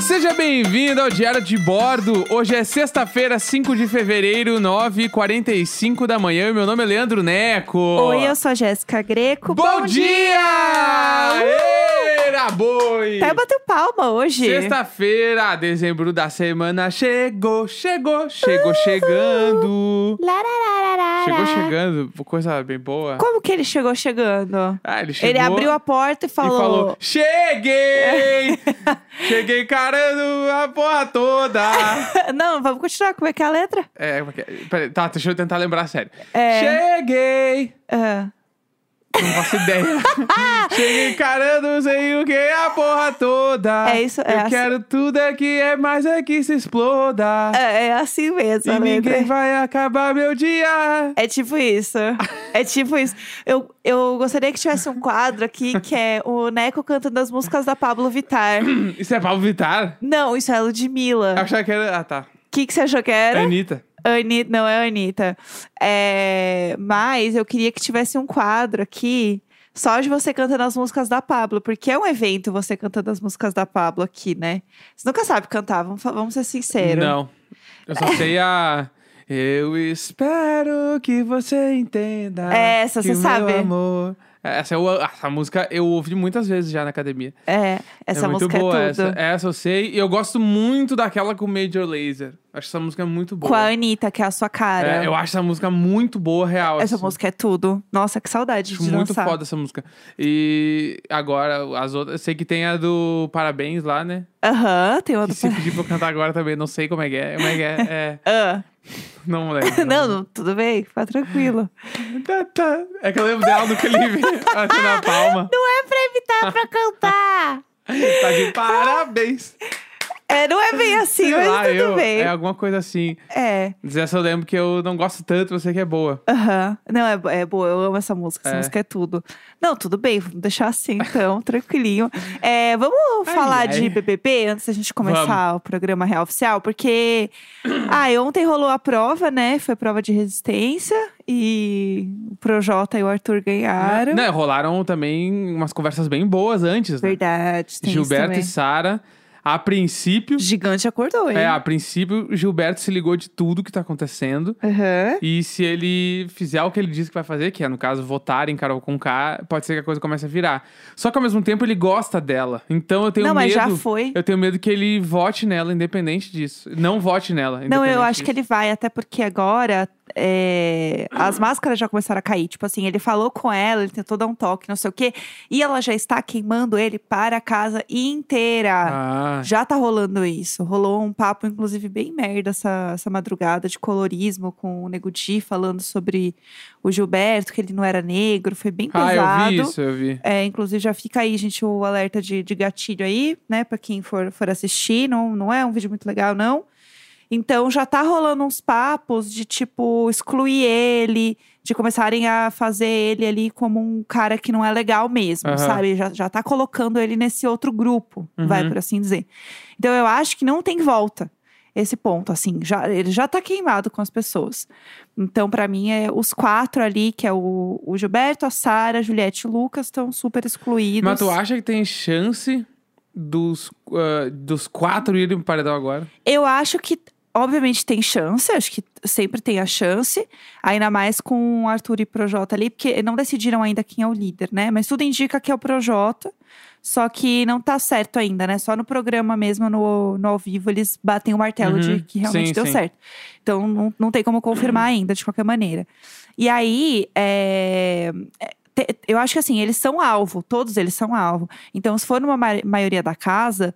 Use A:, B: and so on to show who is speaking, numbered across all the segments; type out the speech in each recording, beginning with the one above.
A: Seja bem-vindo ao Diário de Bordo. Hoje é sexta-feira, 5 de fevereiro, 9h45 da manhã. E Meu nome é Leandro Neco.
B: Oi, eu sou a Jéssica Greco.
A: Bom, dia! Era boi!
B: Até bateu palma hoje.
A: Sexta-feira, dezembro da semana chegou, chegou, chegou chegando.
B: Larararara.
A: Chegou chegando, coisa bem boa.
B: Como que ele chegou chegando?
A: Ah, ele chegou.
B: Ele abriu a porta e falou. "É."
A: E falou: Cheguei! Cheguei encarando a porra toda!
B: Não, vamos continuar. Como é que é a letra?
A: é, como é que é? Peraí, tá, deixa eu tentar lembrar sério.
B: É.
A: Cheguei!
B: Ah.
A: Não faço ideia. Cheguei encarando, não sei o que, a porra toda.
B: É isso, é
A: Eu
B: assim.
A: quero tudo é que é mais é que se exploda.
B: É, é assim mesmo. a
A: e
B: letra.
A: ninguém vai acabar meu dia.
B: É tipo isso. É tipo isso. Eu, eu gostaria que tivesse um quadro aqui que é o Neco cantando as músicas da Pablo Vittar.
A: Isso é Pablo Vittar?
B: Não, isso é a Ludmilla.
A: Eu achava que era. Ah, tá. É
B: O que, que você achou que era?
A: Anitta.
B: Ani- não é a Anitta. É, mas eu queria que tivesse um quadro aqui só de você cantando as músicas da Pablo, porque é um evento você cantando as músicas da Pablo aqui, né? Você nunca sabe cantar, vamos, fa- vamos ser sinceros.
A: Não. Eu só sei a. Eu espero que você entenda.
B: É, essa
A: que
B: você
A: o meu
B: sabe.
A: amor. É, Essa, eu- essa música eu ouvi muitas vezes já na academia.
B: É, essa
A: é muito
B: música
A: boa
B: é tudo.
A: essa. Essa eu sei. E eu gosto muito daquela com Major Laser. Acho essa música muito boa.
B: Com a Anitta, que é a sua cara.
A: É, eu acho essa música muito boa, real.
B: Essa
A: assim.
B: música é tudo. Nossa, que saudade
A: Acho
B: de
A: muito
B: dançar.
A: foda essa música. E agora, as outras. Eu sei que tem a do Parabéns lá, né?
B: Aham, tem uma
A: Que
B: do...
A: se pedir pra eu cantar agora também, não sei como é que é. Como é que é? É.
B: Ah.
A: Não lembro.
B: Não, não, tudo bem, fica tranquilo.
A: Tá, tá. É que eu lembro dela no clipe, assim, na palma.
B: Não é pra evitar pra cantar.
A: Tá de parabéns.
B: É, não é bem assim,
A: Sei
B: mas
A: lá,
B: tudo
A: eu-
B: bem.
A: É alguma coisa assim.
B: É.
A: Mas Essa eu lembro que eu não gosto tanto, mas sei que é boa.
B: Aham. Não, é, bo- é boa, eu amo essa música. Essa
A: É.
B: música é tudo. Não, tudo bem, vamos deixar assim então, tranquilinho. É, vamos
A: Ai,
B: falar
A: ai.
B: de BBB antes da gente começar o programa Real Oficial, porque. Ah, ontem rolou a prova, né? Foi prova de resistência e o Projota e o Arthur ganharam.
A: Né, rolaram também umas conversas bem boas antes, né?
B: Verdade. Tem
A: Gilberto e
B: isso também.
A: Sara, a princípio.
B: Gigante acordou, hein?
A: É, a princípio, Gilberto se ligou de tudo que tá acontecendo.
B: Aham.
A: E se ele fizer o que ele disse que vai fazer, que é, no caso, votar em Carol Conká, pode ser que a coisa comece a virar. Só que, ao mesmo tempo, ele gosta dela. Então, eu tenho
B: Não, mas
A: medo...
B: já foi.
A: Eu tenho medo que ele vote nela, independente disso. Não vote nela.
B: Não, eu
A: independente
B: acho que
A: disso.
B: ele vai, até porque agora é, as máscaras já começaram a cair. Tipo assim, ele falou com ela, ele tentou dar um toque, não sei o quê, e ela já está queimando ele para a casa inteira.
A: Ah,
B: Já tá rolando isso. Rolou um papo, inclusive, bem merda essa, essa madrugada de colorismo com o Nego Di falando sobre o Gilberto, que ele não era negro, foi bem
A: ah
B: pesado.
A: eu vi isso, eu vi.
B: É, inclusive, já fica aí, gente, o alerta de, de gatilho aí, né? Pra quem for, for assistir. Não, não é um vídeo muito legal, não. Então, já tá rolando uns papos de, tipo, excluir ele, de começarem a fazer ele ali como um cara que não é legal mesmo,
A: Aham.
B: sabe? Já, já tá colocando ele nesse outro grupo,
A: Uhum.
B: vai por assim dizer. Então, eu acho que não tem volta esse ponto, assim. Já, ele já tá queimado com as pessoas. Então, pra mim, é os quatro ali, que é o, o Gilberto, a Sara, a Juliette e o Lucas, estão super excluídos.
A: Mas tu acha que tem chance dos, ah, dos quatro irem pro paredão agora?
B: Eu acho que, obviamente, tem chance, acho que sempre tem a chance, ainda mais com o Arthur e Projota ali, porque não decidiram ainda quem é o líder, né? Mas tudo indica que é o Projota, só que não tá certo ainda, né? Só no programa mesmo, no, no ao vivo, eles batem o martelo
A: Uhum.
B: de que realmente
A: Sim,
B: deu
A: sim.
B: certo. Então, não, não tem como confirmar ainda, de qualquer maneira. E aí, é, é, te- eu acho que assim, eles são alvo, todos eles são alvo. Então, se for numa ma- maioria da casa,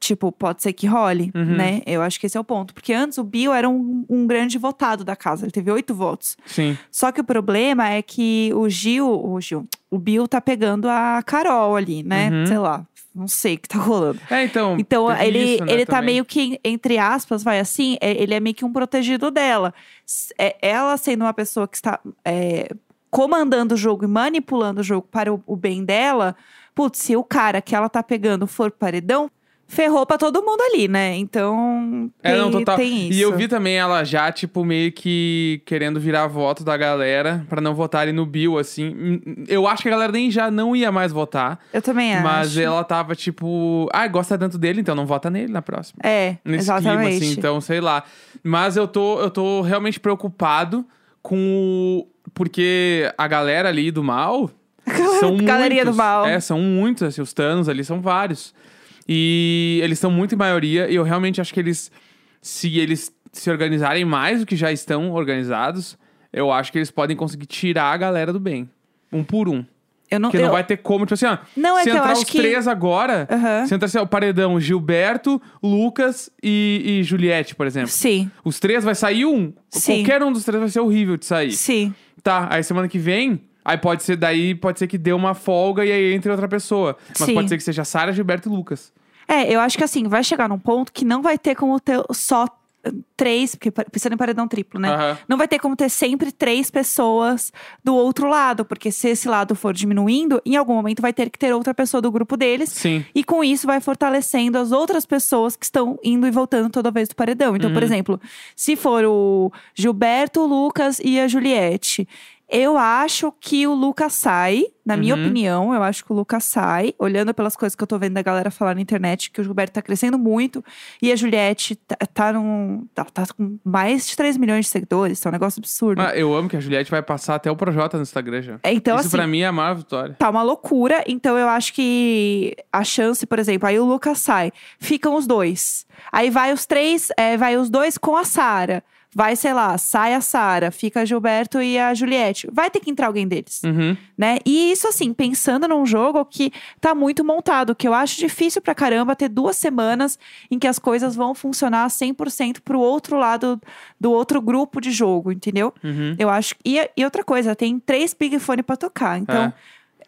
B: tipo, pode ser que role,
A: Uhum.
B: né? Eu acho que esse é o ponto. Porque antes o Bill era um, um grande votado da casa, ele teve oito votos.
A: Sim.
B: Só que o problema é que o Gil, o Gil, o Bill tá pegando a Carol ali, né?
A: Uhum.
B: Sei lá, não sei o que tá rolando.
A: É, então.
B: Então,
A: teve
B: ele,
A: isso, né,
B: ele tá
A: também.
B: meio que, entre aspas, vai assim, é- ele é meio que um protegido dela. S- é- ela sendo uma pessoa que está é, comandando o jogo e manipulando o jogo para o, o bem dela, putz, se o cara que ela tá pegando for paredão, ferrou pra todo mundo ali, né? Então, tem,
A: é, não, total.
B: tem isso.
A: E eu vi também ela já, tipo, meio que querendo virar voto da galera pra não votarem no Bill, assim. Hum, Eu acho que a galera nem já não ia mais votar.
B: Eu também acho.
A: Mas ela tava, tipo, ah, gosta tanto dele, então não vota nele na próxima.
B: É,
A: Nesse
B: exatamente.
A: clima, assim, então, sei lá. Mas eu tô, eu tô realmente preocupado com o. Porque a galera ali do mal. são
B: Galeria do
A: muitos.
B: mal.
A: É, são muitos, assim, os Thanos ali são vários. E eles são muito em maioria, e eu realmente acho que eles. Se eles se organizarem mais do que já estão organizados, eu acho que eles podem conseguir tirar a galera do bem. Um por um.
B: Eu não,
A: Porque não
B: eu-
A: vai ter como, tipo assim, ó.
B: Não, é
A: se
B: que eu
A: entrar
B: acho
A: os
B: que-
A: três agora,
B: Aham.
A: se entrar assim, ó, o paredão, Gilberto, Lucas e, e Juliette, por exemplo.
B: Sim,
A: Os três vai sair um.
B: Sim.
A: Qualquer um dos três vai ser horrível de sair.
B: sim.
A: Tá, aí semana que vem, aí pode ser daí, pode ser que dê uma folga e aí entre outra pessoa. Mas
B: Sim.
A: pode ser que seja Sara, Gilberto e Lucas.
B: É, eu acho que assim, vai chegar num ponto que não vai ter como ter só eh, três, porque pa- pensando em paredão triplo, né?
A: Aham.
B: Não vai ter como ter sempre três pessoas do outro lado, porque se esse lado for diminuindo, em algum momento vai ter que ter outra pessoa do grupo deles.
A: Sim.
B: E com isso vai fortalecendo as outras pessoas que estão indo e voltando toda vez do paredão. Então,
A: Uhum.
B: por exemplo, se for o Gilberto, o Lucas e a Juliette, eu acho que o Lucas sai, na minha
A: Uhum.
B: opinião, eu acho que o Lucas sai, olhando pelas coisas que eu tô vendo da galera falar na internet, que o Gilberto tá crescendo muito e a Juliette tá, tá num- tá- tá com mais de 3 milhões de seguidores, tá um negócio absurdo.
A: Ah, eu amo que a Juliette vai passar até o Projota no Instagram já.
B: Então,
A: Isso
B: assim,
A: pra mim é a maior vitória.
B: Tá uma loucura, então eu acho que a chance, por exemplo, aí o Lucas sai, ficam os dois. Aí vai os três, é, vai os dois com a Sara. Vai, sei lá, sai a Sara, fica Gilberto e a Juliette. Vai ter que entrar alguém deles,
A: Uhum.
B: né? E isso assim, pensando num jogo que tá muito montado, que eu acho difícil pra caramba ter duas semanas em que as coisas vão funcionar 100% pro outro lado do outro grupo de jogo, entendeu?
A: Uhum.
B: Eu acho. E, e outra coisa, tem três Big Fone pra tocar. Então,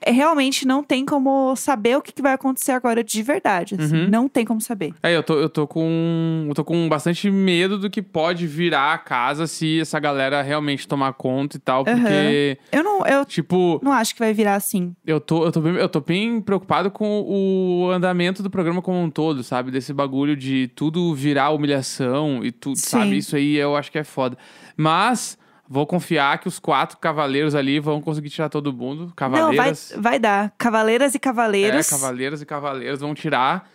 B: é, realmente não tem como saber o que, que vai acontecer agora de verdade. assim.
A: Uhum.
B: Não tem como saber.
A: É, eu tô, eu tô com. Eu tô com bastante medo do que pode virar a casa se essa galera realmente tomar conta e tal.
B: Aham.
A: Porque,
B: Eu não, eu
A: tipo,
B: não acho que vai virar assim.
A: Eu tô, eu, tô bem, eu tô bem preocupado com o andamento do programa como um todo, sabe? Desse bagulho de tudo virar humilhação e tudo,
B: Sim.
A: sabe? Isso aí eu acho que é foda. Mas vou confiar que os quatro cavaleiros ali vão conseguir tirar todo mundo. Cavaleiras.
B: Não, vai, vai dar. Cavaleiras e cavaleiros.
A: É, cavaleiros e cavaleiros vão tirar.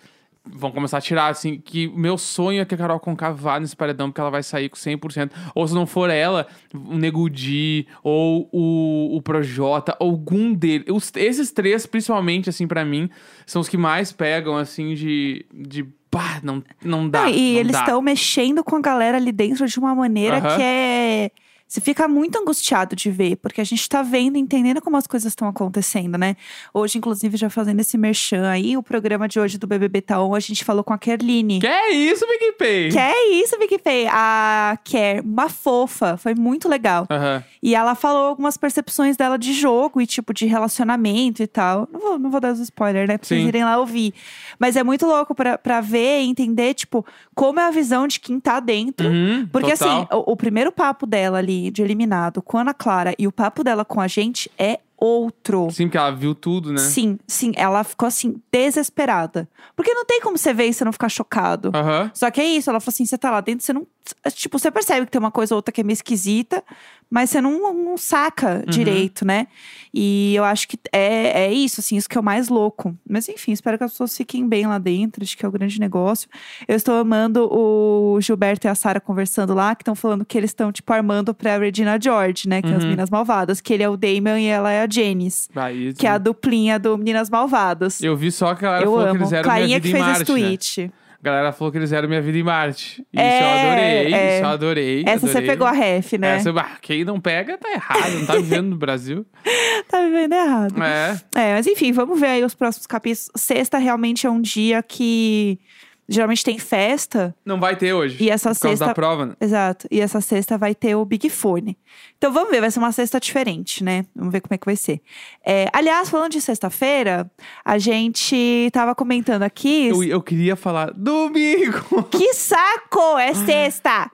A: Vão começar a tirar, assim, que o meu sonho é que a Carol Conká vá nesse paredão, porque ela vai sair com 100%. Ou se não for ela, o Nego Di, ou o, o Projota, algum deles. Os- esses três, principalmente, assim, pra mim, são os que mais pegam, assim, de... de pá, não, não dá,
B: Não, e
A: não
B: eles
A: dá.
B: estão mexendo com a galera ali dentro de uma maneira
A: Aham.
B: que é. Você fica muito angustiado de ver, porque a gente tá vendo, entendendo como as coisas estão acontecendo, né? Hoje, inclusive, já fazendo esse merchan aí, o programa de hoje do BBB Tá On, a gente falou com a Kerline.
A: Que é isso, Big Pay?
B: Que é isso, Vicky Faye? A Kerr, uma fofa, foi muito legal.
A: Aham.
B: E ela falou algumas percepções dela de jogo e tipo de relacionamento e tal. Não vou, não vou dar os spoilers, né? Pra vocês
A: Sim.
B: irem lá ouvir. Mas é muito louco pra, pra ver e entender, tipo, como é a visão de quem tá dentro.
A: Uhum,
B: Porque
A: total.
B: assim, o, o primeiro papo dela ali de eliminado com a Ana Clara e o papo dela com a gente é outro.
A: Sim, porque ela viu tudo, né?
B: Sim, sim, ela ficou assim, desesperada. Porque não tem como você ver e você não ficar chocado.
A: Aham.
B: Só que é isso, ela falou assim: você tá lá dentro, você não. Tipo, você percebe que tem uma coisa ou outra que é meio esquisita, mas você não, não
A: Uhum.
B: saca direito, né? E eu acho que é, é isso, assim, isso que é o mais louco. Mas enfim, espero que as pessoas fiquem bem lá dentro, acho que é o grande negócio. Eu estou amando o Gilberto e a Sara conversando lá, que estão falando que eles estão, tipo, armando pra Regina George, né? Que é as
A: Uhum.
B: Minas Malvadas, que ele é o Damon e ela é a Janice,
A: Vai, isso.
B: que é a duplinha do Minas Malvadas.
A: Eu vi só que a galera
B: eu
A: falou que
B: amo.
A: eles eram minha
B: Clarinha
A: vida
B: que
A: em
B: fez
A: Marte,
B: esse
A: né?
B: tweet.
A: A galera falou que eles eram minha vida em Marte. Isso
B: É,
A: eu adorei,
B: é.
A: isso eu adorei.
B: Essa você
A: adorei.
B: pegou a ref, né?
A: Essa, ah, quem não pega tá errado, não tá vivendo no Brasil.
B: Tá vivendo errado.
A: É.
B: É, mas enfim, vamos ver aí os próximos capítulos. Sexta realmente é um dia que geralmente tem festa.
A: Não vai ter hoje.
B: E essa
A: por causa da
B: sexta.
A: prova, né?
B: Exato. E essa sexta vai ter o Big Fone. Então vamos ver, vai ser uma sexta diferente, né? Vamos ver como é que vai ser. É, aliás, falando de sexta-feira, a gente tava comentando aqui.
A: Eu, eu queria falar domingo.
B: Que saco! É sexta!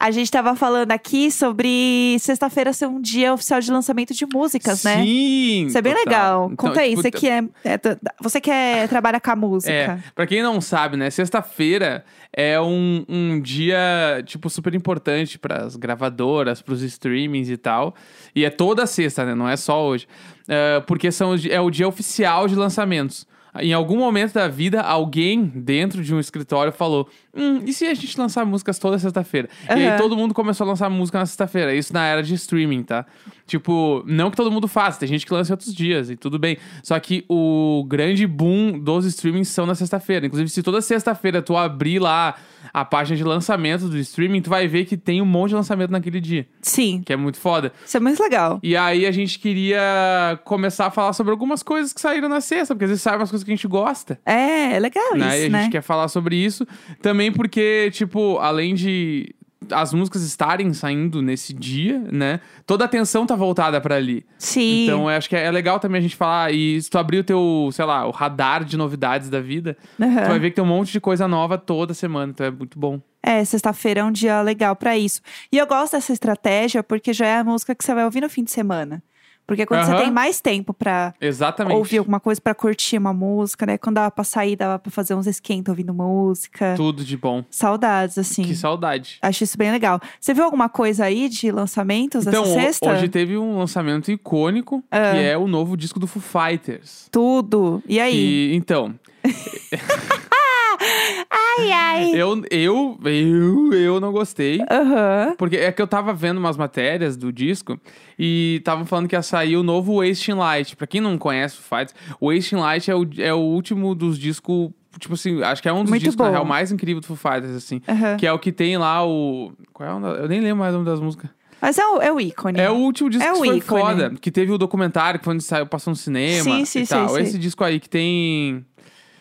B: A gente tava falando aqui sobre sexta-feira ser um dia oficial de lançamento de músicas, né?
A: Sim!
B: Isso é bem
A: total.
B: legal.
A: Então,
B: Conta aí,
A: tipo,
B: você que é, é da- da- você que é, trabalha com a
A: É,
B: música.
A: pra quem não sabe, né? Sexta-feira é um, um dia, tipo, super importante pras gravadoras, pros streamings e tal. E é toda sexta, né? Não é só hoje. É, porque são, os di- é o dia oficial de lançamentos. Em algum momento da vida, alguém dentro de um escritório falou: Hum, e se a gente lançar músicas toda sexta-feira? E aí
B: Aham.
A: todo mundo começou a lançar música na sexta-feira. Isso na era de streaming, tá? Tipo, não que todo mundo faça, tem gente que lança em outros dias e tudo bem. Só que o grande boom dos streamings são na sexta-feira. Inclusive, se toda sexta-feira tu abrir lá a página de lançamento do streaming, tu vai ver que tem um monte de lançamento naquele dia,
B: Sim,
A: que é muito foda.
B: isso é muito legal.
A: E aí a gente queria começar a falar sobre algumas coisas que saíram na sexta, porque às vezes saem umas coisas que a gente gosta
B: É, é legal
A: né? E a
B: isso,
A: gente
B: né?
A: quer falar sobre isso. Também porque, tipo, além de as músicas estarem saindo nesse dia, né? Toda a atenção tá voltada pra ali.
B: Sim.
A: Então, eu acho que é é legal também a gente falar. E se tu abrir o teu, sei lá, o radar de novidades da vida,
B: Aham.
A: tu vai ver que tem um monte de coisa nova toda semana. Então é muito bom.
B: É, sexta-feira é um dia legal pra isso. E eu gosto dessa estratégia porque já é a música que você vai ouvir no fim de semana. Porque é quando você
A: Aham.
B: tem mais tempo pra
A: Exatamente.
B: ouvir alguma coisa, pra curtir uma música, né? Quando dava pra sair, dava pra fazer uns esquenta ouvindo música.
A: Tudo de bom.
B: Saudades, assim.
A: Que saudade.
B: Acho isso bem legal. Você viu alguma coisa aí de lançamentos
A: Então,
B: dessa
A: ho-
B: sexta? Ah.
A: hoje teve um lançamento icônico, que é o novo disco do Foo Fighters.
B: Tudo. E aí?
A: E, então,
B: Ai, ai.
A: eu, eu, eu, eu não gostei.
B: Aham.
A: Porque é que eu tava vendo umas matérias do disco e estavam falando que ia sair o novo Wasting Light. Pra quem não conhece o Fights, o Wasting Light é o, é o último dos discos. Tipo assim, acho que é um dos
B: Muito
A: discos, na
B: bom.
A: real, mais incrível do Foo Fighters, assim.
B: Aham.
A: Que é o que tem lá o... Qual é o... nome? Eu nem lembro mais o nome das músicas.
B: Mas é o, é o ícone.
A: É o último disco
B: É
A: que
B: o
A: foi
B: ícone.
A: foda. Que teve o documentário que foi onde saiu, passou no cinema
B: Sim,
A: e
B: sim, sei,
A: tal.
B: sei.
A: Esse disco aí que tem...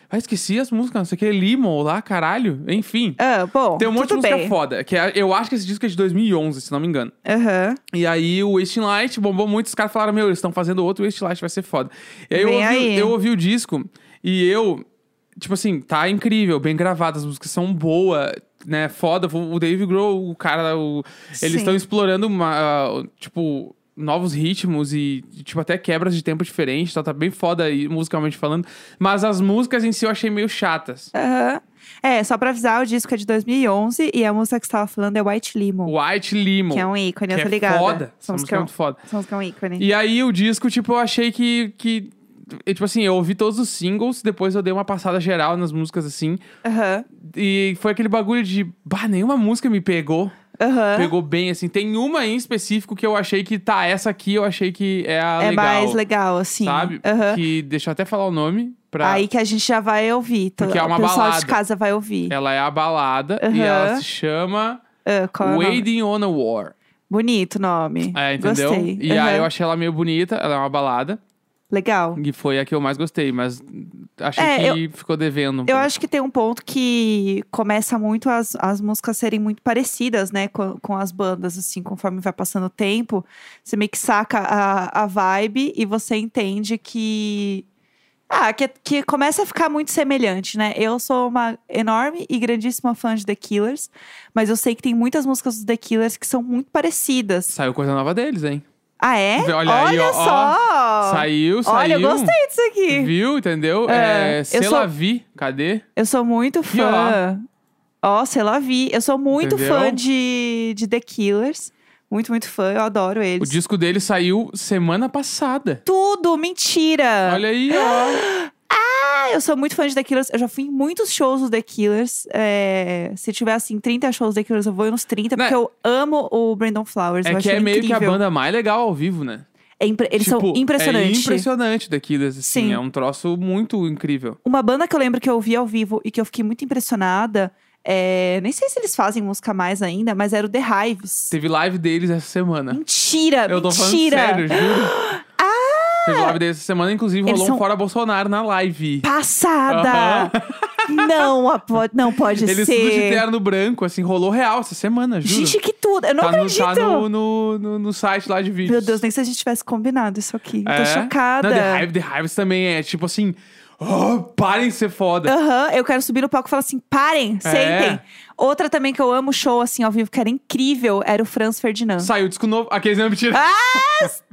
A: Ah, esqueci as músicas, não sei o que. Limo lá, caralho. Enfim.
B: Ah, bom,
A: Tem um monte de
B: tudo
A: música
B: bem.
A: foda. Que é- eu acho que esse disco é de 2011, se não me engano.
B: Aham.
A: E aí o Wasting Light bombou muito, os caras falaram, meu, eles estão fazendo outro Wasting Light, vai ser foda. E aí eu,
B: Vem
A: ouvi,
B: aí.
A: eu ouvi o disco e eu, tipo assim, tá incrível, bem gravado, as músicas são boas, né, foda. O Dave Grohl, o cara, o- eles
B: Sim.
A: estão explorando, uma, tipo, novos ritmos e, tipo, até quebras de tempo diferentes, tá, tá bem foda aí, musicalmente falando. Mas as músicas em si eu achei meio chatas.
B: Aham. É, só pra avisar, o disco é de 2011 e a música que você tava falando é White Lemon,
A: White Limo,
B: que é um ícone, eu
A: que
B: tô
A: é
B: ligada.
A: foda,
B: Essa música é um,
A: muito foda.
B: essa música é um ícone.
A: E aí o disco, tipo, eu achei que. que eu, tipo assim, eu ouvi todos os singles, depois eu dei uma passada geral nas músicas assim.
B: Aham,
A: E foi aquele bagulho de. Bah, nenhuma música me pegou.
B: aham.
A: Pegou bem, assim. Tem uma em específico que eu achei que tá, essa aqui eu achei que é a
B: É
A: legal.
B: mais legal, assim.
A: Sabe?
B: Aham.
A: Que deixa eu até falar o nome. Pra...
B: Aí que a gente já vai ouvir. Tô,
A: Porque é uma
B: o pessoal
A: balada.
B: de casa vai ouvir.
A: Ela é a balada e
B: Aham.
A: ela se chama
B: Ah, qual é o nome?
A: Waiting on a War.
B: Bonito o nome.
A: É, entendeu?
B: Gostei.
A: E aí
B: Aham.
A: eu achei ela meio bonita, ela é uma balada.
B: Legal.
A: E foi a que eu mais gostei, mas achei
B: É,
A: que ficou devendo. um
B: Eu
A: pouco.
B: acho que tem um ponto que começa muito as, as músicas serem muito parecidas, né? Com, com as bandas, assim, conforme vai passando o tempo. Você meio que saca a, a vibe e você entende que. Ah, que, que começa a ficar muito semelhante, né? Eu sou uma enorme e grandíssima fã de The Killers, mas eu sei que tem muitas músicas do The Killers que são muito parecidas.
A: Saiu coisa nova deles, hein?
B: Ah, é?
A: Olha aí, ó, ó.
B: só!
A: Saiu, saiu.
B: Olha, eu gostei disso aqui.
A: Viu, entendeu?
B: É,
A: É,
B: eu
A: sei
B: sou-
A: lá, vi. Cadê?
B: Eu sou muito fã. Ó, sei lá, vi. Eu sou muito
A: Entendeu?
B: fã de, de The Killers. Muito, muito fã. Eu adoro
A: O
B: eles.
A: disco dele saiu semana passada.
B: Tudo, mentira!
A: Olha aí, ó.
B: Ah, eu sou muito fã de The Killers. Eu já fui em muitos shows do The Killers. É, se tiver, assim, 30 shows do The Killers, eu vou nos 30,
A: Né?
B: porque eu amo o Brandon Flowers.
A: É
B: eu acho
A: que é
B: ele
A: meio que a
B: incrível.
A: banda mais legal ao vivo, né?
B: É impre- Eles são
A: Tipo,
B: impressionantes.
A: É impressionante The Killers, assim.
B: Sim.
A: É um troço muito incrível.
B: Uma banda que eu lembro que eu ouvi ao vivo e que eu fiquei muito impressionada. é, Nem sei se eles fazem música mais ainda, mas era o The Hives.
A: Teve live deles essa semana.
B: Mentira!
A: Eu tô falando
B: mentira!
A: sério, juro. Teve live deles essa semana, inclusive
B: Ah! Eles
A: rolou um
B: são-
A: Fora Bolsonaro na live.
B: Passada! Não, a po- não pode
A: Eles tudo de
B: ser.
A: terno branco, assim, rolou real essa semana, juro.
B: Gente, que tudo! Eu não
A: tá no,
B: acredito!
A: tá no, no, no- no site lá de vídeos.
B: Meu Deus, nem se a gente tivesse combinado isso aqui.
A: É.
B: Tô chocada.
A: Não, The Hive, The Hives também é tipo assim. Oh, parem de ser foda.
B: Aham, eu quero subir no palco e falar assim:
A: É.
B: parem, sentem. Outra também que eu amo show assim ao vivo, que era incrível, era o Franz Ferdinand.
A: Saiu disco novo. Aqueles não me
B: Ah,
A: tiraram.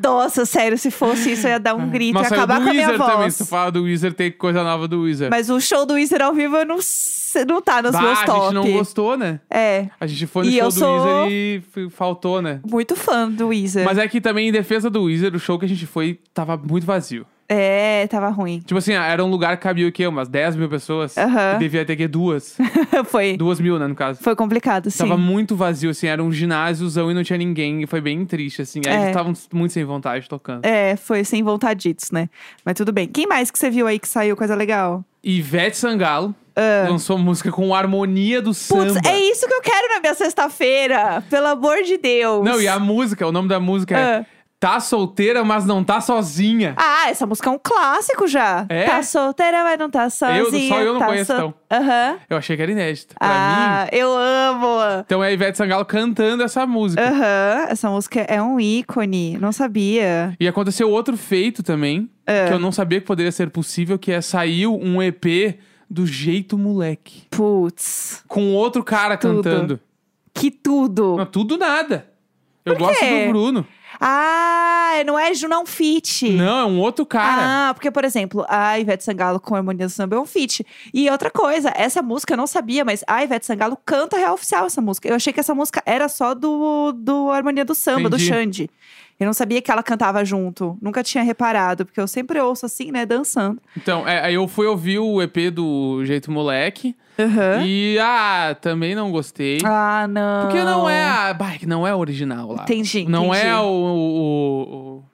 B: Nossa, sério, se fosse isso, eu ia
A: É.
B: dar um grito, ia
A: Mas saiu
B: acabar
A: do
B: com a minha
A: Wizard também.
B: voz.
A: Se tu fala do Wizard, tem coisa nova do Wizard.
B: Mas o show do Wizard ao vivo eu não, s- não tá nos
A: bah,
B: meus
A: Ah, a
B: top.
A: gente não gostou, né?
B: É,
A: A gente foi no
B: E
A: show
B: eu
A: do
B: sou-
A: Wizard e f- faltou, né?
B: muito fã do Wizard.
A: Mas é que também, em defesa do Wizard, o show que a gente foi tava muito vazio.
B: É, tava ruim.
A: Tipo assim, ah, era um lugar que cabia o quê? Umas 10 mil pessoas?
B: Aham.
A: E devia ter que duas.
B: foi,
A: duas mil, né, no caso.
B: foi complicado, sim.
A: Tava muito vazio, assim, era um ginásiozão e não tinha ninguém. E foi bem triste, assim. Aí
B: É.
A: eles estavam muito sem vontade tocando.
B: É, foi sem vontaditos, né? Mas tudo bem. Quem mais que você viu aí que saiu coisa legal?
A: Ivete Sangalo lançou música com harmonia do
B: Ah. Putz,
A: samba.
B: é isso que eu quero na minha sexta-feira. Pelo amor de Deus.
A: Não, e a música, o nome da música é
B: Ah.
A: Tá Solteira, mas não tá sozinha.
B: Ah, essa música é um clássico já.
A: É?
B: Tá solteira, mas não tá sozinha.
A: só eu não
B: tá
A: conheço,
B: so-
A: então.
B: Aham.
A: Eu achei que era inédita. Pra mim.
B: Ah, eu amo.
A: Então é a Ivete Sangalo cantando essa música.
B: Aham, essa música é um ícone. Não sabia.
A: E aconteceu outro feito também,
B: Ah.
A: que eu não sabia que poderia ser possível, que é saiu um EP do jeito moleque.
B: Putz,
A: Com outro cara
B: Tudo.
A: cantando.
B: que tudo.
A: Não, tudo nada. Eu
B: Por
A: gosto
B: quê?
A: do Bruno.
B: Ah, não é Junão Fit.
A: Não, é um outro cara.
B: Ah, porque, por exemplo, a Ivete Sangalo com a Harmonia do Samba é um feat. E outra coisa, essa música eu não sabia, mas a Ivete Sangalo canta real oficial essa música. Eu achei que essa música era só do, do Harmonia do Samba, do
A: Entendi.
B: Xande. Eu não sabia que ela cantava junto. Nunca tinha reparado, porque eu sempre ouço assim, né, dançando.
A: Então, é, aí eu fui ouvir o EP do Jeito Moleque.
B: Aham.
A: E, ah, também não gostei.
B: Ah, não.
A: Porque não é a. bah, que não é a original lá.
B: Entendi,
A: Não
B: entendi.
A: é o. o- o-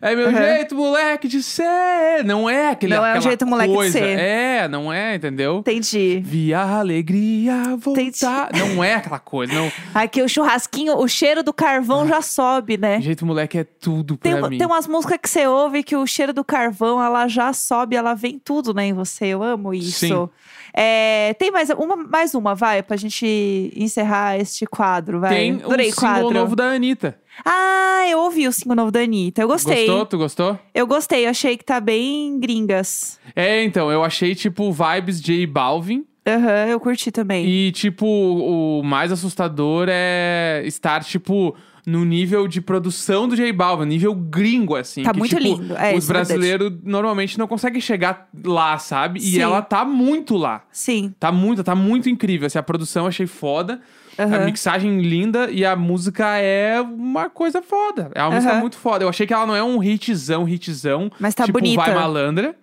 A: é meu
B: Uhum.
A: jeito, moleque, de ser. Não é aquele
B: Não é o
A: aquela
B: jeito, moleque, de
A: coisa.
B: ser.
A: É, não é, entendeu?
B: Entendi.
A: Vi a alegria voltar. Não é aquela coisa. Não.
B: Aqui o churrasquinho, o cheiro do
A: Ah.
B: carvão já sobe, né?
A: Jeito, moleque, é tudo pra
B: Tem,
A: mim.
B: tem umas músicas que você ouve que o cheiro do carvão, ela já sobe, ela vem tudo, né, em você. Eu amo isso.
A: Sim.
B: É, tem mais uma, mais uma, vai, pra gente encerrar este quadro, vai.
A: Tem um
B: Adorei
A: single
B: quadro.
A: novo da Anitta.
B: Ah, eu ouvi o single novo da Anitta. Eu gostei.
A: Gostou? Tu gostou?
B: Eu gostei, eu achei que tá bem gringas.
A: É, então, eu achei, tipo, vibes J Balvin.
B: Aham, eu curti também.
A: E, tipo, o mais assustador é estar, tipo, no nível de produção do J Balvin, nível gringo, assim.
B: Tá
A: que,
B: muito
A: tipo,
B: lindo, é,
A: Os
B: isso é verdade.
A: brasileiros normalmente não conseguem chegar lá, sabe? E
B: Sim.
A: ela tá muito lá.
B: Sim.
A: Tá muito, tá muito incrível. Assim, a produção eu achei foda. A
B: Aham.
A: mixagem linda e a música é uma coisa foda. É uma música
B: Aham.
A: muito foda. Eu achei que ela não é um hitzão, hitzão.
B: Mas tá
A: tipo,
B: bonita.
A: Vai Malandra.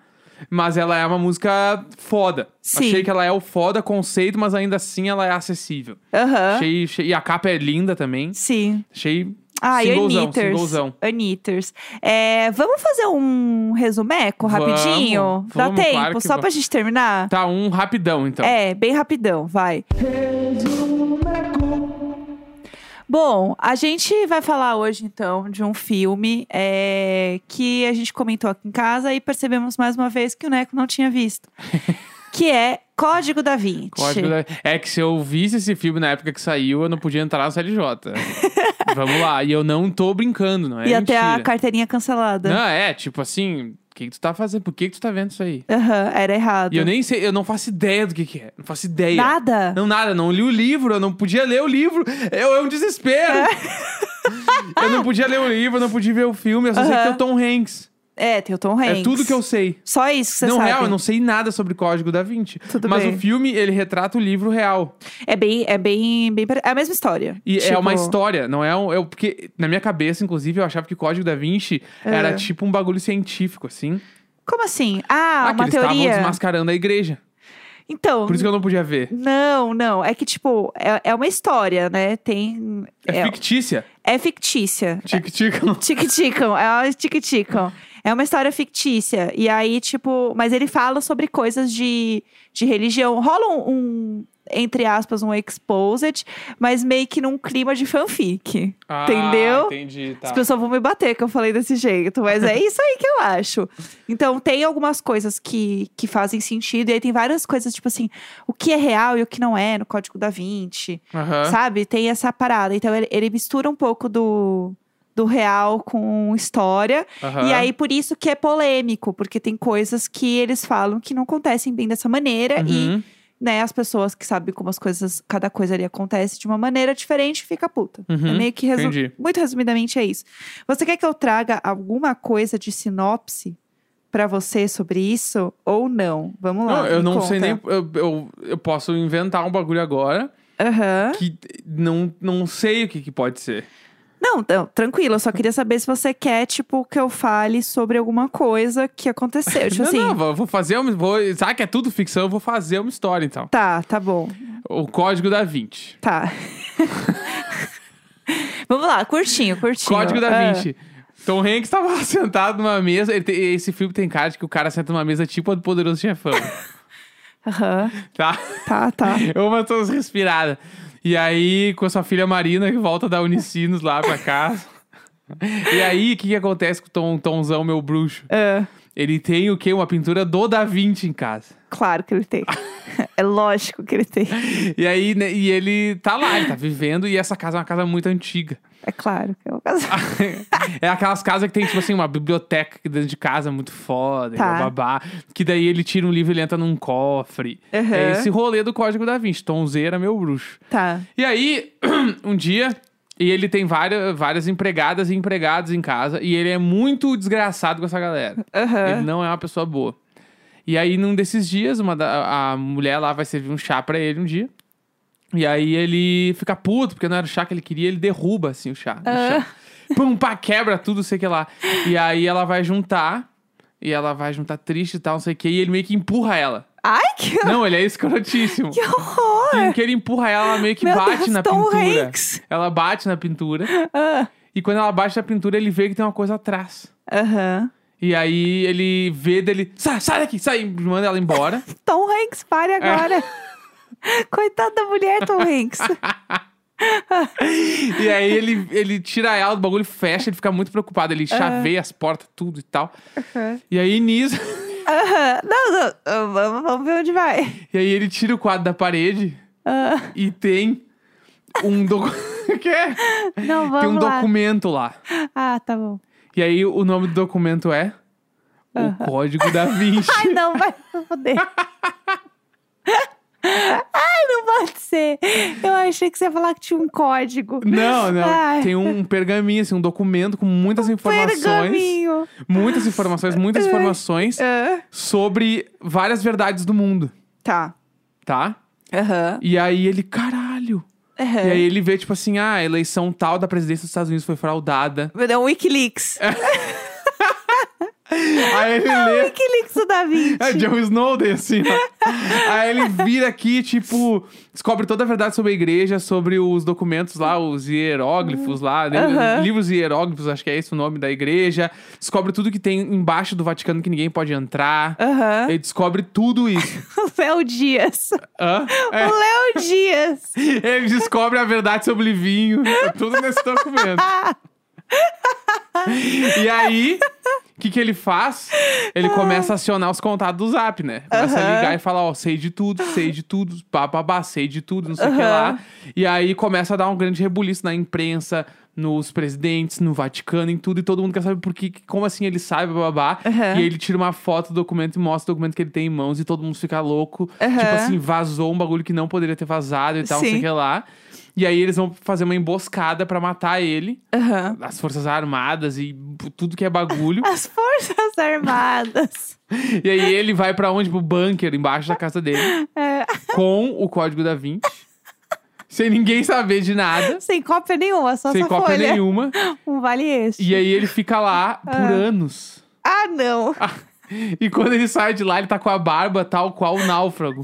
A: Mas ela é uma música foda.
B: Sim.
A: Achei que ela é o foda conceito, mas ainda assim ela é acessível.
B: Aham.
A: Achei, achei- E a capa é linda também.
B: Sim.
A: Achei
B: Ah, e
A: singlezão,
B: Anitters.
A: singlezão.
B: Anitters. É, vamos fazer um resumeco
A: Vamos,
B: rapidinho? Dá
A: vamos,
B: tempo,
A: claro que
B: só pra
A: vamos.
B: gente terminar?
A: Tá um rapidão, então.
B: É, bem rapidão, vai. Bom, a gente vai falar hoje, então, de um filme é, que a gente comentou aqui em casa e percebemos mais uma vez que o Neco não tinha visto. que é Código da Vinci.
A: Código da- É que se eu visse esse filme na época que saiu, eu não podia entrar no CLJ. Vamos lá. E eu não tô brincando, não é?
B: E até a
A: mentira.
B: carteirinha cancelada.
A: Não, é, tipo assim, o que, que tu tá fazendo? Por que, que tu tá vendo isso aí?
B: Aham, era errado.
A: E eu nem sei, eu não faço ideia do que, que é. Não faço ideia.
B: Nada?
A: Não, nada, não li o livro, eu não podia ler o livro. Eu, é um desespero. eu não podia ler o livro, eu não podia ver o filme, eu só sei que
B: Aham.
A: tem o Tom Hanks.
B: É, tem o Tom Hanks.
A: É tudo que eu sei.
B: Só isso que você
A: não,
B: sabe.
A: real, eu não sei nada sobre Código da Vinci.
B: Tudo
A: Mas
B: bem.
A: o filme, ele retrata o livro real.
B: É bem, é bem, bem pare- É a mesma história.
A: E é
B: Tipo,
A: uma história, não é um. Eu, porque na minha cabeça, inclusive, eu achava que Código da Vinci era
B: É.
A: tipo um bagulho científico, assim.
B: Como assim?
A: ah,
B: Ah,
A: que
B: uma
A: eles estavam
B: teoria.
A: desmascarando a igreja.
B: Então.
A: Por isso que eu não podia ver.
B: Não, não. É que, tipo, é, é uma história, né? Tem.
A: É, fictícia.
B: é fictícia.
A: Tic-tic.
B: Tic-ticam, é uma tic-ticam. É uma história fictícia. E aí, tipo, mas ele fala sobre coisas de, de religião. Rola um, um, entre aspas, um exposed, mas meio que num clima de fanfic. entendeu?
A: Entendi, tá.
B: As pessoas vão me bater que eu falei desse jeito, mas é isso aí que eu acho. Então, tem algumas coisas que, que fazem sentido, e aí tem várias coisas, tipo assim, o que é real e o que não é no Código da Vinci,
A: Aham.
B: sabe? Tem essa parada. Então, ele, ele mistura um pouco do, do real com história.
A: Aham.
B: E aí, por isso que é polêmico, porque tem coisas que eles falam que não acontecem bem dessa maneira. E
A: Uhum,
B: né, as pessoas que sabem como as coisas, cada coisa ali acontece de uma maneira diferente, fica puta.
A: Uhum,
B: é meio que resu...
A: entendi.
B: muito resumidamente é isso. Você quer que eu traga alguma coisa de sinopse pra você sobre isso ou não? Vamos lá.
A: Não, eu
B: me
A: não
B: conta.
A: sei nem. Eu, eu, eu posso inventar um bagulho agora
B: Aham.
A: que não, não sei o que, que pode ser.
B: Não, não, tranquilo, eu só queria saber se você quer tipo que eu fale sobre alguma coisa que aconteceu, tipo
A: não,
B: assim.
A: não, vou- vou fazer uma. Vou, já que é tudo ficção, eu vou fazer uma história então.
B: Tá, tá bom.
A: O código da 20.
B: Tá. Vamos lá, curtinho, curtinho.
A: Código da
B: Ah,
A: 20. Tom Hanks tava sentado numa mesa. ele tem- esse filme tem cara de que o cara senta numa mesa tipo a do Poderoso Chefão.
B: Aham.
A: tá?
B: Tá, tá.
A: Eu uma todas respiradas. E aí, com a sua filha Marina, que volta da Unicinos lá pra casa. e aí, o que, que acontece com o Tom, Tomzão, meu bruxo?
B: Ah,
A: Ele tem o quê? Uma pintura do Da Vinci em casa.
B: claro que ele tem. é lógico que ele tem.
A: E aí, né, e ele tá lá, ele tá vivendo, e essa casa é uma casa muito antiga.
B: É claro que eu vou casar.
A: é aquelas casas que tem, tipo assim, uma biblioteca aqui dentro de casa muito foda,
B: Tá.
A: tá. babá. Que daí ele tira um livro e ele entra num cofre.
B: Uhum.
A: É esse rolê do Código da Vinci. Tomzeira, meu bruxo.
B: Tá.
A: E aí, um dia, e ele tem várias, várias empregadas e empregados em casa, e ele é muito desgraçado com essa galera.
B: Aham.
A: Ele não é uma pessoa boa. E aí, num desses dias, uma da- a mulher lá vai servir um chá pra ele um dia. E aí ele fica puto, porque não era o chá que ele queria, ele derruba assim o chá. no
B: Ah.
A: chão. Pum, pá, quebra tudo, sei que lá. E aí ela vai juntar, e ela vai juntar triste e tal, não sei o que, e ele meio que empurra ela.
B: Ai, que,
A: Não, ele é escrotíssimo.
B: que horror!
A: Em que ele empurra ela, ela meio que
B: Meu
A: bate
B: Deus,
A: na
B: Tom
A: pintura.
B: Hanks.
A: Ela bate na pintura.
B: Ah,
A: E quando ela bate na pintura, ele vê que tem uma coisa atrás.
B: Aham.
A: E aí ele vê dele. Sai, sai daqui, sai! e Manda ela embora.
B: Tom Hanks, pare
A: É.
B: agora. Coitada da mulher, Tom Hanks.
A: e aí ele, ele tira ela do bagulho, fecha, ele fica muito preocupado. Ele chaveia as portas, tudo e tal.
B: Aham.
A: E aí nisso.
B: É. Aham. Não, não, ah, vamos, vamos ver onde vai.
A: E aí ele tira o quadro da parede
B: Ah,
A: e tem um docu... O quê?
B: não, vamos
A: Tem um
B: lá.
A: documento lá.
B: Ah, tá bom.
A: E aí o nome do documento é. O Código da Vinci.
B: Ai, não, vai se fuder. Ai, não pode ser. Eu achei que você ia falar que tinha um código.
A: Não, não.
B: Ai. Um
A: Tem um pergaminho, assim, um documento com muitas informações.
B: Pergaminho.
A: Muitas informações, muitas informações
B: Ah,
A: sobre várias verdades do mundo,
B: tá.
A: tá?
B: Aham.
A: E aí ele, caralho.
B: Aham.
A: E aí ele vê, tipo assim, ah, a eleição tal da presidência dos Estados Unidos foi fraudada.
B: É um Wikileaks.
A: Aí ele
B: É um
A: lê.
B: Wikileaks do Da Vinci.
A: É John Snowden, assim, ó. Aí ele vira aqui, tipo, descobre toda a verdade sobre a igreja, sobre os documentos lá, os hieróglifos lá, né?
B: Aham.
A: livros hieróglifos, acho que é esse o nome da igreja. Descobre tudo que tem embaixo do Vaticano que ninguém pode entrar.
B: Aham.
A: Ele descobre tudo isso.
B: O Léo Dias.
A: Hã? É.
B: O Léo Dias.
A: Ele descobre a verdade sobre o Livinho. Tá tudo nesse documento. E aí, o que, que ele faz? Ele começa a acionar os contatos do zap, né? Começa
B: Ah. Aham.
A: a ligar e falar, ó, sei de tudo, sei de tudo, bababá, sei de tudo, não sei o que lá.
B: Aham.
A: E aí começa a dar um grande rebuliço na imprensa, nos presidentes, no Vaticano, em tudo. E todo mundo quer saber por que, como assim ele sabe, bababá.
B: Aham.
A: E ele tira uma foto do documento e mostra o documento que ele tem em mãos. E todo mundo fica louco.
B: Aham.
A: Tipo assim, vazou um bagulho que não poderia ter vazado e tal, não sei
B: Sim.
A: o que lá. E aí eles vão fazer uma emboscada pra matar ele
B: Aham.
A: as Forças Armadas e tudo que é bagulho.
B: As Forças Armadas.
A: e aí ele vai pra onde? Pro bunker embaixo da casa dele,
B: É,
A: com o código da 20, sem ninguém saber de nada,
B: sem cópia nenhuma, só
A: sem
B: essa
A: cópia
B: folha.
A: nenhuma.
B: Um vale este.
A: E aí ele fica lá por anos.
B: Ah, não.
A: E quando ele sai de lá, ele tá com a barba tal qual o náufrago.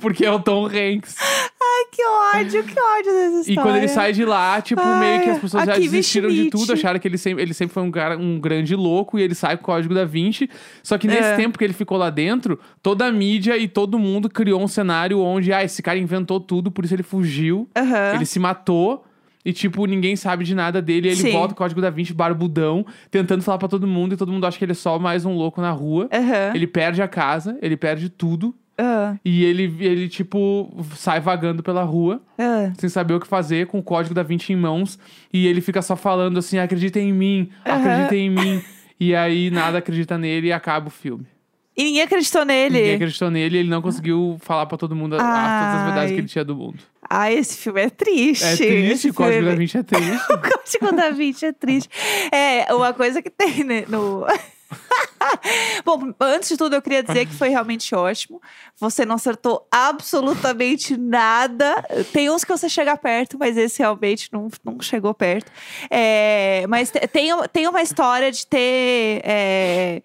A: Porque é o Tom Hanks.
B: Ai, que ódio, que ódio dessa história.
A: E quando ele sai de lá, tipo, meio que as pessoas
B: Ai,
A: já
B: aqui,
A: desistiram de
B: Schmidt.
A: tudo, acharam que ele sempre, ele sempre foi um cara, um grande louco e ele sai com o código da Vinci. Só que nesse
B: É.
A: tempo que ele ficou lá dentro, toda a mídia e todo mundo criou um cenário onde, ah, esse cara inventou tudo, por isso ele fugiu,
B: Aham.
A: ele se matou. E, tipo, ninguém sabe de nada dele. E ele
B: Sim.
A: volta com o código da Vinci, barbudão, tentando falar pra todo mundo. E todo mundo acha que ele é só mais um louco na rua.
B: Aham.
A: Ele perde a casa, ele perde tudo.
B: Ah,
A: E ele, ele, tipo, sai vagando pela rua,
B: ah.
A: sem saber o que fazer, com o código da 20 em mãos. E ele fica só falando assim: acredita em mim, acredita em mim. E aí nada acredita nele e acaba o filme.
B: E ninguém acreditou nele.
A: Ninguém acreditou nele e ele não conseguiu falar pra todo mundo a- a- todas as verdades
B: Ai.
A: que ele tinha do mundo.
B: Ah, esse filme é triste.
A: É
B: Esse
A: triste, o Código
B: filme-
A: da 20 é triste.
B: O Código da Vinci é triste. É, uma coisa que tem né, no... Bom, antes de tudo, eu queria dizer que foi realmente ótimo. Você não acertou absolutamente nada. Tem uns que você chega perto, mas esse realmente não, não chegou perto. É, mas te- tem, tem uma história de ter... é,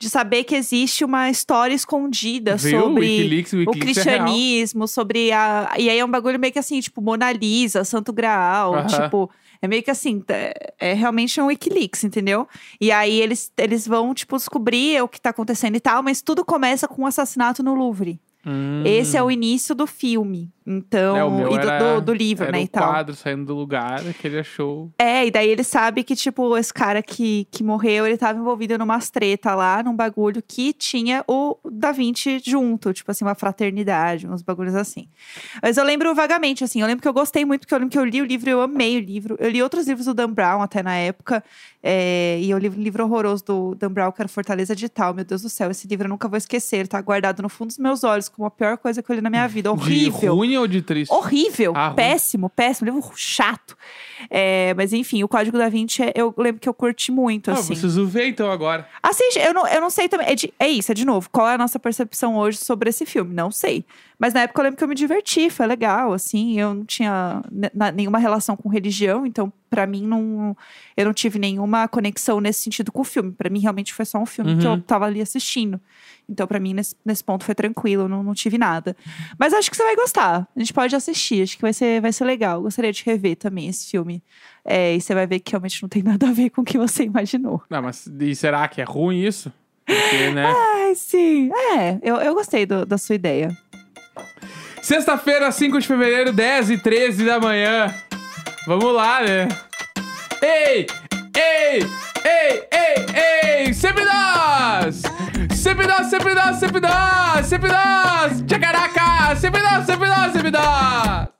B: de saber que existe uma história escondida
A: Viu?
B: sobre
A: Wikileaks,
B: o
A: Wikileaks é real.
B: cristianismo, sobre a. E aí é um bagulho meio que assim, tipo, Mona Lisa, Santo Graal.
A: Aham.
B: Tipo, é meio que assim, tá- é realmente um Wikileaks, entendeu? E aí eles, eles vão, tipo, descobrir o que tá acontecendo e tal, mas tudo começa com um assassinato no Louvre.
A: Hum.
B: Esse é o início do filme. Então,
A: É, o meu
B: e do,
A: era-
B: do- do livro,
A: Era
B: né?
A: o
B: e tal.
A: quadro saindo do lugar que ele achou.
B: É, e daí ele sabe que, tipo, esse cara que, que morreu, ele tava envolvido numas treta lá, num bagulho que tinha o Da Vinci junto, tipo assim, uma fraternidade, uns bagulhos assim. Mas eu lembro vagamente, assim, eu lembro que eu gostei muito, porque eu lembro que eu li o livro, eu amei o livro. Eu li outros livros do Dan Brown até na época, é, e eu li um livro horroroso do Dan Brown, que era Fortaleza Digital. Meu Deus do céu, esse livro eu nunca vou esquecer, ele tá guardado no fundo dos meus olhos, como a pior coisa que eu li na minha vida.
A: De
B: Horrível.
A: ruim ou de triste?
B: Horrível,
A: Ah, ruim.
B: péssimo, péssimo, livro chato. É, mas enfim, o Código da Vinci, é- eu lembro que eu curti muito,
A: Ah,
B: assim.
A: preciso ver então agora.
B: Assiste, eu não, eu não sei também, é, de- é isso, é de novo, qual é a nossa percepção hoje sobre esse filme? Não sei. Mas na época eu lembro que eu me diverti, foi legal, assim, eu não tinha ne- na- nenhuma relação com religião, então pra mim não, eu não tive nenhuma conexão nesse sentido com o filme. Pra mim realmente foi só um filme que
A: Uhum.
B: eu tava ali assistindo. Então pra mim nesse, nesse ponto foi tranquilo, eu não, não tive nada. Mas acho que você vai gostar. A gente pode assistir, acho que vai ser, vai ser legal. Eu Gostaria de rever também esse filme. É, e você vai ver que realmente não tem nada a ver com o que você imaginou.
A: Não, mas e será que é ruim isso? Porque, né?
B: Ai, sim. É, eu, eu gostei do- da sua ideia.
A: Sexta-feira, 5 de fevereiro, 10 e 13 da manhã. Vamos lá, né? Ei! Ei! Ei! Ei! Ei! Sempre nós! Sempre nós, sempre nós, sempre nós! Sempre nós! Tchacaraca! Sempre nós, sempre nós, sempre nós!